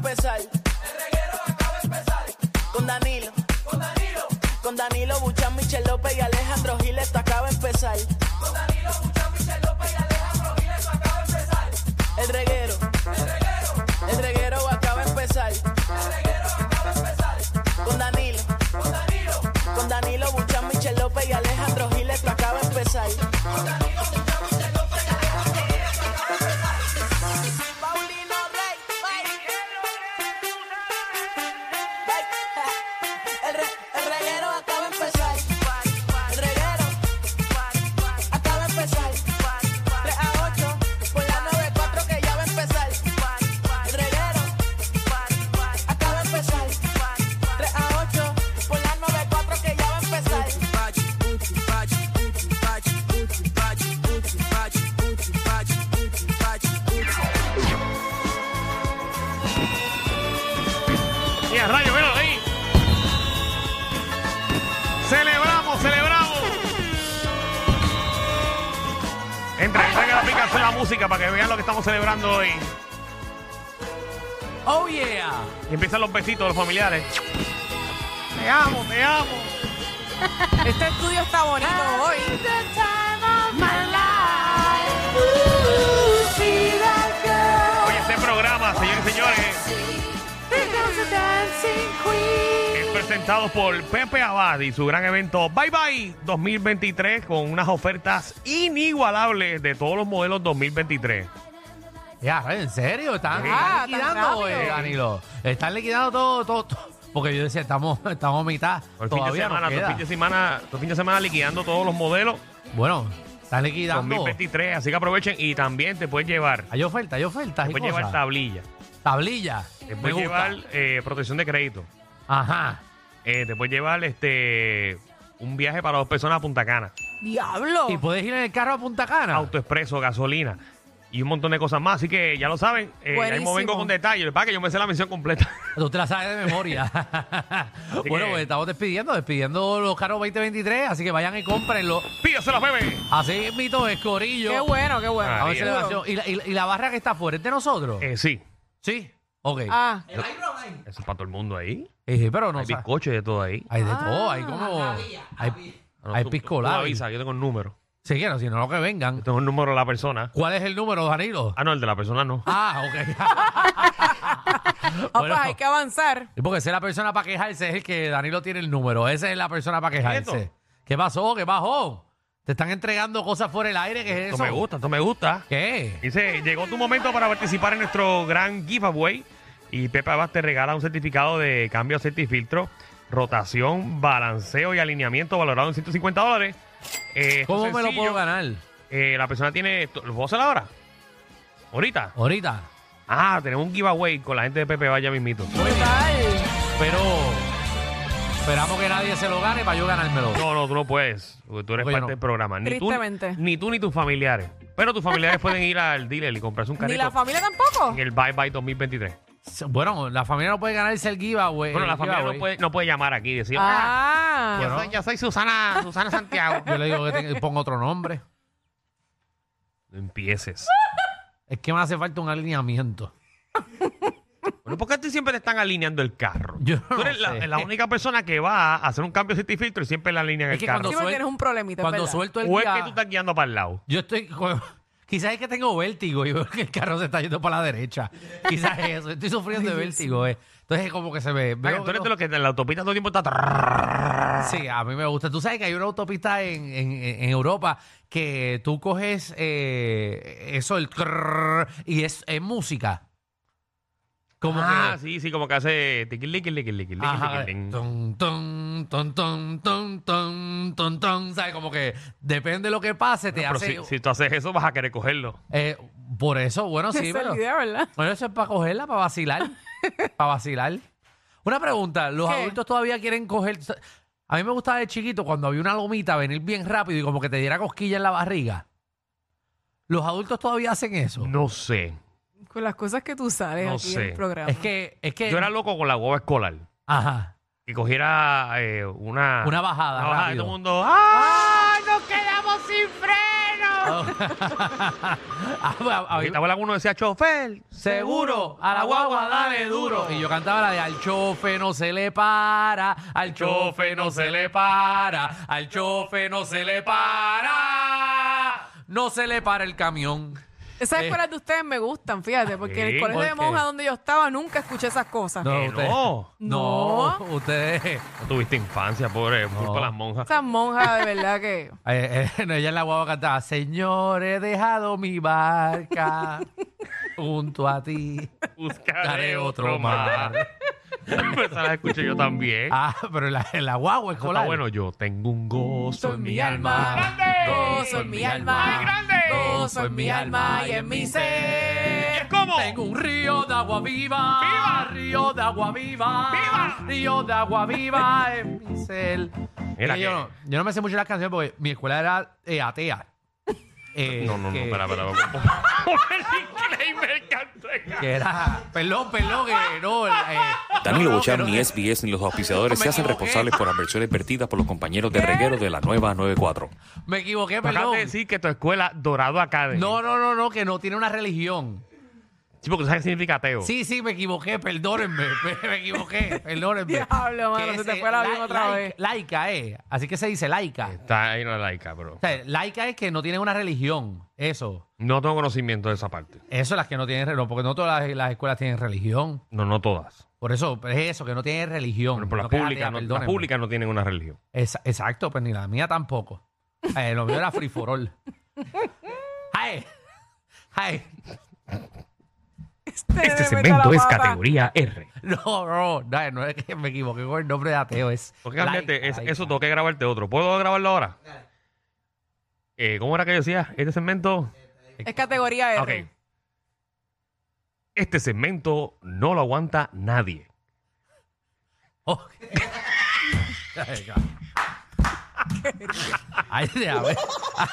empezar. El reguero acaba de empezar. Con Danilo. Con Danilo. Con Danilo Buchan, Michel López y Alejandro Gil, esto acaba de empezar. Con Danilo Buchan, Michel López y Alejandro Gil, esto acaba de empezar. El reguero. El reguero. El reguero acaba de empezar. El reguero acaba de empezar. Con Danilo. Con Danilo. Con Danilo Buchan, Michel López y Alejandro Gil, esto acaba de empezar. Con Danilo Buchan, Michel López y Alejandro Gil, esto acaba de empezar. Paulino Rey, El, re, el reguero acaba de empezar. El reguero acaba de empezar. 3 a 8 por la 94 que ya va a empezar. El reguero acaba de empezar. 3 a 8 por la 94 que ya va a empezar. Y a rayo, mira ahí. Celebramos, celebramos. Entra, entra que la aplicación la música para que vean lo que estamos celebrando hoy. Oh yeah. Y empiezan los besitos, los familiares. Te amo, te amo. Este estudio está bonito hoy. Oye, este programa, señores y señores, es presentado por Pepe Abad y su gran evento Bye Bye 2023 con unas ofertas inigualables de todos los modelos 2023. Ya, rayos, en serio, están Ah, tan liquidando, rápido. eh, Danilo. Están liquidando todo, todo, todo. Porque yo decía, estamos, estamos a mitad. Por fin de todavía semana, nos todo queda. fin de semana, todo fin de semana liquidando todos los modelos Bueno, están liquidando. 2023, así que aprovechen y también te puedes llevar, Hay ofertas, hay ofertas. te Hay puedes llevar cosas. tablilla, Tablilla. te Me puedes gusta. llevar eh, protección de crédito, Ajá. eh, te puedes llevar este un viaje para dos personas a Punta Cana, Diablo. Y puedes ir en el carro a Punta Cana. autoexpreso, gasolina y un montón de cosas más, así que ya lo saben, eh, ahí me Buenísimo. vengo con detalles, para que yo me sé la misión completa. Tú te la sabes de memoria. bueno, que- pues estamos despidiendo, despidiendo los carros 2023. Así que vayan y cómprenlo. Pídaselo, bebé. Así mito es Corillo. Qué bueno, qué bueno. Ah, Vamos a bien. celebración. ¿Y la, y, la- y la barra que está afuera es de nosotros? Eh, sí, Sí. Ok. Ah, eso es para todo el mundo ahí, Eh, pero no hay o sea, bizcocho y de todo ahí. Hay de todo, hay como. Hay, Ah, no, hay tú- tú- pisco tú labi. avisa, yo tengo el número, Sí, que no, sino lo que yo vengan. tengo el número de la persona. ¿Cuál es el número, Danilo? Ah, no, el de la persona no. Ah, ok. ah, pues Bueno, hay que avanzar. Porque esa es la persona para quejarse, es el que Danilo tiene el número. Esa es la persona para quejarse. Quieto. ¿Qué pasó? ¿Qué pasó? Te están entregando cosas fuera del aire, ¿qué es Esto eso? me gusta, esto me gusta. ¿Qué? Dice, llegó tu momento para participar en nuestro gran giveaway y Pepe Abad te regala un certificado de cambio aceite y filtro, rotación, balanceo y alineamiento valorado en 150 dólares. Eh, esto ¿Cómo es me lo sencillo. puedo ganar? Eh, la persona tiene... ¿Lo puedo hacer ahora? ¿Ahorita? Ahorita. Ah, tenemos un giveaway con la gente de Pepe Abad ya mismito. Total. Pero esperamos que nadie se lo gane para yo ganármelo. No, no, tú no puedes, porque tú eres Porque parte no. del programa. Ni tú, Tristemente. ni tú ni tus familiares. Pero tus familiares pueden ir al dealer y comprarse un Ni carrito la familia tampoco. en el Bye Bye 2023. Bueno, la familia no puede ganarse el giveaway. Bueno, la el familia no giveaway. puede, no puede llamar aquí y decir, "Ah, Ah. Bueno. Susana, Susana Santiago. Yo le digo que tenga- ponga otro nombre. No empieces. Es que me hace falta un alineamiento. Bueno, ¿por qué a ti siempre te están alineando el carro? Yo Tú eres no la, sé. la única persona que va a hacer un cambio de aceite y filtro y siempre la alinean Es el que carro. cuando, Sí, porque suel- tienes un problemita, es cuando verdad. suelto el O es guía- que tú estás guiando para el lado. yo estoy con- quizás es que tengo vértigo y veo que el carro se está yendo para la derecha. Quizás es eso. Estoy sufriendo de vértigo. eh. Entonces como que se me... Ah, que veo- tú eres de los que en la autopista todo el tiempo está. Sí, a mí me gusta. Tú sabes que hay una autopista en, en- en Europa que tú coges eh, eso, el... crrrr, y es, es música. Como que... Ah, sí, sí, como que hace. tiquil, liquil, liquil, liquil, liquil, Ajá, eh, liquil, liquil. ton, ton, ton, ton, ton, ton, ton, ton, ¿sabes? Como que depende de lo que pase, te Pero hace... si, si tú haces eso, vas a querer cogerlo. eh, por eso, bueno, Ese sí, es pero... el video, ¿verdad? Bueno, eso es para cogerla, para vacilar. para vacilar. Una pregunta, ¿los ¿Qué? adultos todavía quieren coger...? A mí me gustaba de chiquito cuando había una lomita venir bien rápido y como que te diera cosquilla en la barriga. ¿Los adultos todavía hacen eso? No sé. Con las cosas que tú sabes No aquí sé. en el programa. Es que... Es que Yo era loco con la guagua escolar. Ajá. Que cogiera eh, una. Una bajada Una bajada y rápido. todo el mundo. ¡Ah! ¡Nos quedamos sin freno! Ah, pues, a- a- Ahorita abuela uno decía, chofer, Seguro, a la guagua dale duro. Y yo cantaba la de al chofe no se le para, al chofe no se le para, al chofe no se le para, no se le para el camión. Esas Eh. escuelas de ustedes me gustan, fíjate, porque en Sí, el colegio de ¿por qué? monja donde yo estaba nunca escuché esas cosas. Que usted- no. No, No. ustedes. eh, No tuviste infancia, pobre, por las monjas. Esas monjas, de verdad que. eh, no, ella en la guagua cantaba, señor, he dejado mi barca junto a ti. Buscaré Daré otro mar. Esa la escuché yo también. Ah, pero en la, en la guagua Eso está escolar. bueno, yo tengo un gozo en mi alma. Gozo en mi alma. ¡Ay, grande! Gozo en mi alma y en mi ser. ¿Cómo? Tengo un río de agua viva. ¡Viva! Río de agua viva. ¡Viva! Río de agua viva en mi ser. Mira Mira, yo, que- no, yo no me sé mucho las canciones porque mi escuela era eh, atea. Eh, No, no, no, que- espera, espera. espera. El disclaimer que antes- Que era. Perdón, perdón, que no. eh, Danilo no, no, Bocham, que no, ni SBS, ni los auspiciadores Me se hacen equivoqué. responsables por las versiones vertidas por los compañeros de reguero de la nueva 94. Me equivoqué, Tú Acabas perdón. de decir eh. que tu escuela Dorado Academy. No, no, no, no, que no tiene una religión. Sí, porque tú sabes qué significa ateo. Sí, sí, me equivoqué, perdónenme, me, me equivoqué, perdónenme. Diablo, mano, Que se es, te eh, fue la lai- vida otra lai- vez. Laica, eh. Así que se dice laica. Está ahí una laica, bro. O sea, laica es que no tienen una religión, eso. No tengo conocimiento de esa parte. Eso es las que no tienen religión, porque no todas las, las escuelas tienen religión. No, no todas. Por eso, es eso, que no tienen religión. Pero por las No que es atea, públicas no, las perdónenme. públicas no tienen una religión. Esa- exacto, pues ni la mía tampoco. Eh, lo mío era free for all. ¡Ay! ¡Ay! Este, le mete la pata. R. No, no, no, no es que me equivoqué con el nombre de ateo, es. ¿Por qué cambiaste? laica, Es- laica. eso tengo que grabarte otro. ¿Puedo grabarlo ahora? Eh, ¿Cómo era que yo decía? Este segmento. Es categoría R. Ok. Este segmento no lo aguanta nadie. Oh. Ay, déjame.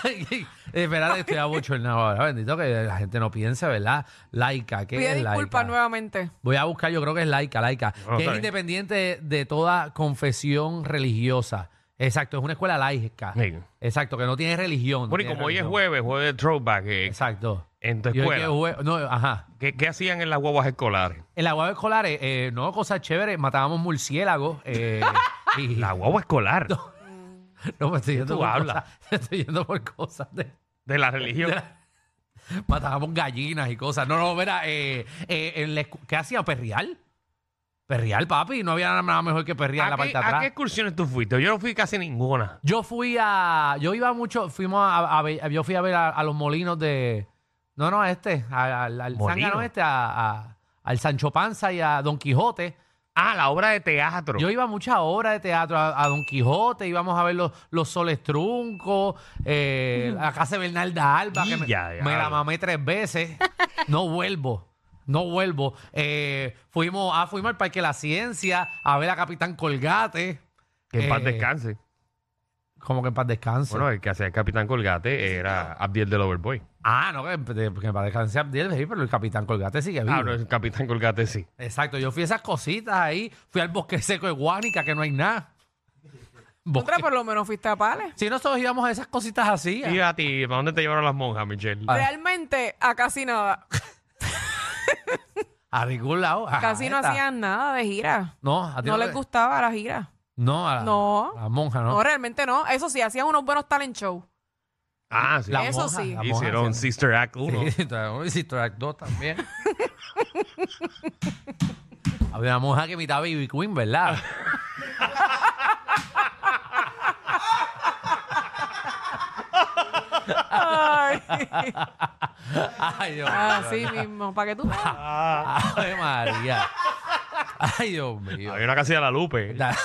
Ay, espérate, estoy abochornado ahora. Bendito que la gente no piense, ¿verdad? Laica, ¿qué ah. Pide es disculpas laica? nuevamente. Voy a buscar, yo creo que es laica, laica. No, está que es bien. independiente de, de toda confesión religiosa. Exacto, es una escuela laica. Sí. Exacto, que no tiene religión. no Bueno, y tiene como hoy es religión. jueves, jueves de throwback, eh, Exacto. en tu Y hoy que escuela, es jue- no, ajá. ¿qué, qué hacían en las guaguas escolares? En la guagua escolar, eh, eh, no, cosas chéveres. Matábamos murciélagos. eh, y, La guagua escolar. No, me estoy ¿Qué yendo tú por hablas? cosas. me estoy yendo por cosas de. De la religión. Matábamos gallinas y cosas. No, no, mira, eh, eh, en la escu- ¿qué hacía? ¿Perrial? Perrial, papi. No había nada mejor que perrial en la ¿A, parte qué, de a atrás. qué excursiones tú fuiste? Yo no fui casi ninguna. Yo fui a. Yo iba mucho. Fuimos a, a ver- yo fui a ver a, a los molinos de. No, no, a este. a- al al Molino. zángano este, a- a- al Sancho Panza y a Don Quijote. Ah, la obra de teatro. Yo iba a muchas obras de teatro, a, a Don Quijote, íbamos a ver los, los soles truncos, eh, la casa de Bernalda Alba, que me, Ya, ya. me la mamé tres veces. No vuelvo, no vuelvo. Eh, fuimos, ah, fuimos al Parque de la Ciencia a ver a Capitán Colgate. que en paz Eh, descanse. Como que en paz descanse. Bueno, eh. el que hacía el Capitán Colgate era Abdiel del Overboy. ah, no, que, en- que en paz descanse Abdiel, sí, pero el Capitán Colgate sigue vivo. Ah, no, el Capitán Colgate sí. Exacto, yo fui a esas cositas ahí, fui al bosque seco de Guánica, que no hay nada. Contra, Bosque- por lo menos fuiste a Pales. Si nosotros íbamos a esas cositas así. ¿Y a ti? ¿Para dónde te llevaron las monjas, Michelle? Ah. Realmente, a casi nada. A ningún lado. Ajá, Casi no Ah, esta. hacían nada de gira. No, a ti No te- les gustaba la gira. No, a la, No. a la monja, ¿no? No, realmente no. Eso sí, hacían unos buenos talent show. Ah, sí. La Eso monja, sí. la monja, Hicieron sí. Sister Act 1. Sí, trae- sí, trae dos también. Había una monja que imitaba a Baby Queen, ¿verdad? Ay, Ay, Dios así mismo. Para que tú veas. Ave María. Ay, Dios mío. Había una que hacía la Lupe. Da-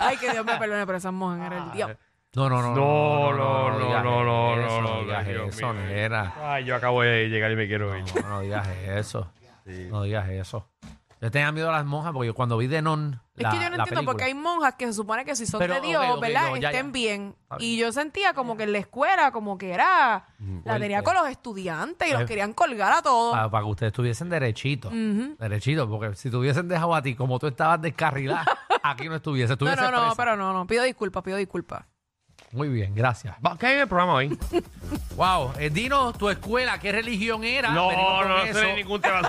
Ay, que Dios me perdone, pero esas monjas eran Ah, el diablo. No, no, no. No, no, digas no, no, no, eso, no, no, digas Dios eso, mío. nena. Ay, yo acabo de llegar y me quiero ir. No, no digas eso. No digas eso. Yo tenía miedo a las monjas porque yo cuando vi de non. Es que yo no entiendo porque hay monjas que se supone que si son Pero, de Dios, ok, ok, ¿verdad? no, ya, Estén ya. bien. Está bien. Y yo sentía como que en la escuela, como que era la tenía con los estudiantes y los Eh. querían colgar a todos. Ah, para, que ustedes estuviesen derechitos. Derechitos, porque si te hubiesen dejado a ti como tú estabas descarrilada, aquí no estuviese. No, estuviese no, no, presa. pero no, no. Pido disculpas, pido disculpas. Muy bien, gracias. Va, ¿Qué hay en el programa hoy? Wow, eh, dinos tu escuela, ¿qué religión era? No, Venimos no, con no eso. soy ningún tema.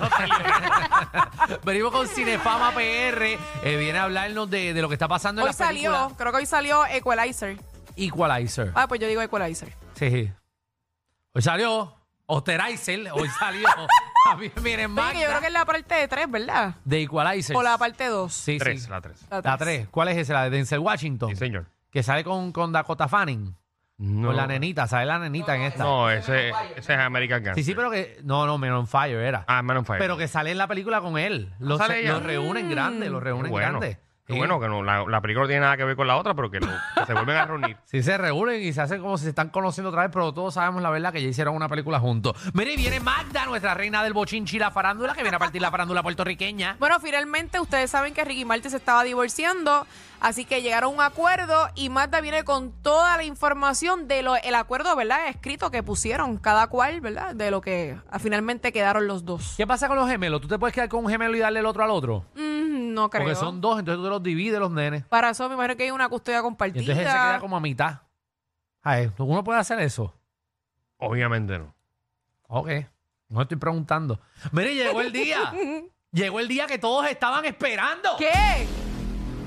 Venimos con Cinefama PR. eh, viene a hablarnos de, de lo que está pasando en Hoy las salió, películas. creo que hoy salió Equalizer. Equalizer. Ah, pues yo digo Equalizer. Sí. Hoy salió Osterizer. Hoy salió. También viene Oye, que yo creo que Magda es la parte 3, ¿verdad? de Equalizer. O la parte 2. Sí, Tres, sí. la tres. La 3. ¿Cuál es esa? La de Denzel Washington. Sí, señor. Que sale con, con Dakota Fanning. No, Con la nenita. Sale la nenita en esta. No, ese, ese es American Gangster. Sí, sí, pero que. No, no, Men on Fire era. Ah, Man on Fire. Pero que sale en la película con él. Los, sale ella? Mm. los reúnen grandes, los Qué reúnen Eh, bueno. grandes. Qué Sí. bueno que no, la, la película no tiene nada que ver con la otra, pero que, lo- que se vuelven a reunir. Sí, se reúnen y se hacen como si se están conociendo otra vez, pero todos sabemos la verdad que ya hicieron una película juntos. Mira, y viene Magda, nuestra reina del bochinchi, la farándula, que viene a partir la farándula puertorriqueña. Bueno, finalmente ustedes saben que Ricky Martin se estaba divorciando, así que llegaron a un acuerdo y Marta viene con toda la información del acuerdo, ¿verdad? Escrito que pusieron cada cual, ¿verdad? De lo que ah, finalmente quedaron los dos. ¿Qué pasa con los gemelos? ¿Tú te puedes quedar con un gemelo y darle el otro al otro? Mm, no creo. Porque son dos, entonces tú te los divides los nenes. Para eso me imagino que hay una custodia Y compartida. entonces él se queda como a mitad. Ay, ¿uno puede hacer eso? Obviamente no. Ok, no estoy preguntando. Mira, y llegó el día. llegó el día que todos estaban esperando. ¿Qué?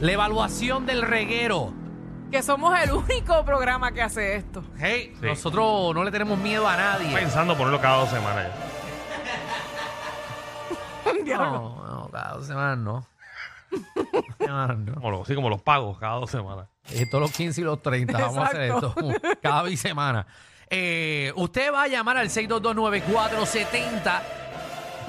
La evaluación del reguero. Que somos el único programa que hace esto. Hey, Sí. nosotros no le tenemos miedo a nadie. Pensando ponerlo cada dos semanas. ya. Diablo. No, no, cada dos semanas no. Semanas no. Como los, sí, como los pagos cada dos semanas. Esto Eh, los 15 y los 30 vamos a hacer esto Exacto. cada bisemana. Eh, usted va a llamar al 6229470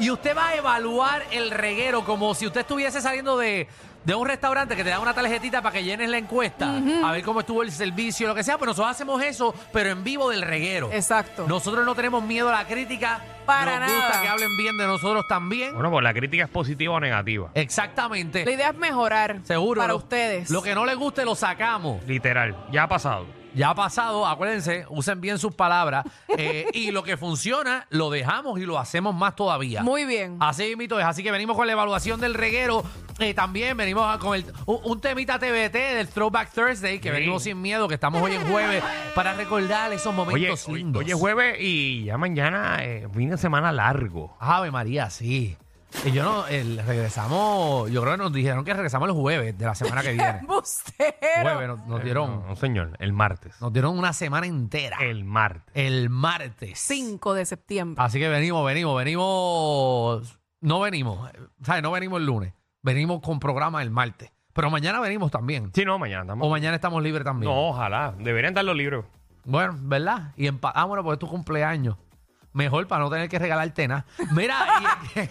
y usted va a evaluar el reguero como si usted estuviese saliendo de, de un restaurante que te da una tarjetita para que llenes la encuesta, a ver cómo estuvo el servicio, lo que sea. Pues nosotros hacemos eso, pero en vivo del reguero. Exacto. Nosotros no tenemos miedo a la crítica. Para Nos gusta nada. que hablen bien de nosotros también. Bueno, pues la crítica es positiva o negativa. Eh. Exactamente. La idea es mejorar. Seguro. Para lo- ustedes. Lo que no les guste lo sacamos. Literal. Ya ha pasado. Ya ha pasado, acuérdense, usen bien sus palabras. eh, y lo que funciona, lo dejamos y lo hacemos más todavía. Muy bien. Así mito es. Así que venimos con la evaluación del reguero. eh, también venimos a- con el, un, un temita TBT del Throwback Thursday, que Sí. venimos sin miedo, que estamos hoy en jueves, para recordar esos Oye, momentos hoy, lindos. hoy es jueves y ya mañana eh, fin de semana largo. Ave María, sí. Y yo no, el- regresamos, yo creo que nos dijeron que regresamos el jueves de la semana que viene. Embustero. jueves, nos, nos Eh, No, dieron, no, señor. El martes. nos dieron una semana entera. El martes. el martes. 5 de septiembre. Así que venimos, venimos, venimos. No venimos, eh, ¿sabes? No venimos el lunes. Venimos con programa el martes. Pero mañana venimos también. Sí, no, mañana estamos. O mañana estamos libres también. No, ojalá. Deberían dar los libros. Bueno, ¿verdad? Y empa ah, bueno, porque es tu cumpleaños. Mejor para no tener que regalarte nada. Mira, ¿y en, qué,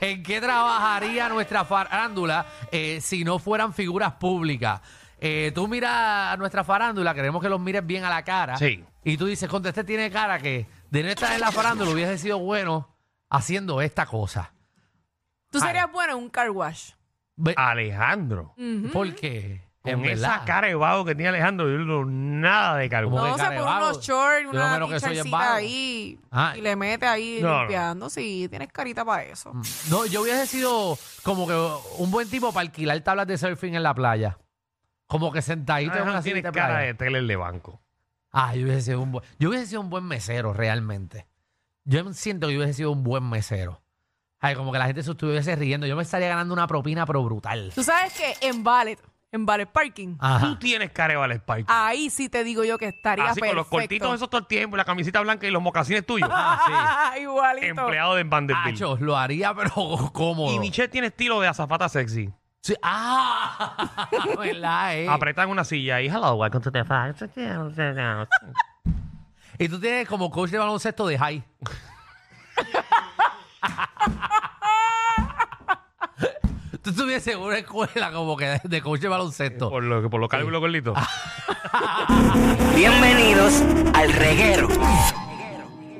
en qué trabajaría nuestra farándula eh, si no fueran figuras públicas? Eh, tú miras a nuestra farándula, queremos que los mires bien a la cara. Sí. Y tú dices, contra este tiene cara que de no estar en la farándula hubiese sido bueno haciendo esta cosa. ah. Tú serías bueno en un car wash. Ve- Alejandro. ¿Por qué? En Ah. Con esa verdad. cara de vago que tiene Alejandro, yo no nada de Como carbón. que No, se cara de pone vago. unos shorts, Yo lo una menos que soy es t-shirtcita vago. ahí Ah. y le mete ahí No, no. limpiando. Sí, tienes carita para eso. No, yo hubiese sido como que un buen tipo para alquilar tablas de surfing en la playa. Como que sentadito en Alejandro una Ah, tiene sillita de cara playa. de teler de banco. Ah, yo hubiese sido un buen, yo hubiese sido un buen mesero realmente. Yo siento que yo hubiese sido un buen mesero. Ay, como que la gente se estuviese riendo. Yo me estaría ganando una propina, pero brutal. Tú sabes que en ballet, en ballet parking, Tú Ajá. tienes cara de Valer Parker. Ah. ahí sí te digo yo que estaría Así con los Ah, perfecto. cortitos esos todo el tiempo, y la camiseta blanca y los mocasines tuyos. Ah, Igualito. Empleado de Vanderbilt. Achos, lo haría, pero Y cómodo. Michelle tiene estilo de azafata sexy. Sí, Ah, ¿verdad? eh? Apretan una silla y hello, welcome to the fact. Y tú tienes como coach de baloncesto de high. tú estuviese en una escuela como que de, de coach de baloncesto. Por lo, por lo cálculo, gordito. Bienvenidos al reguero.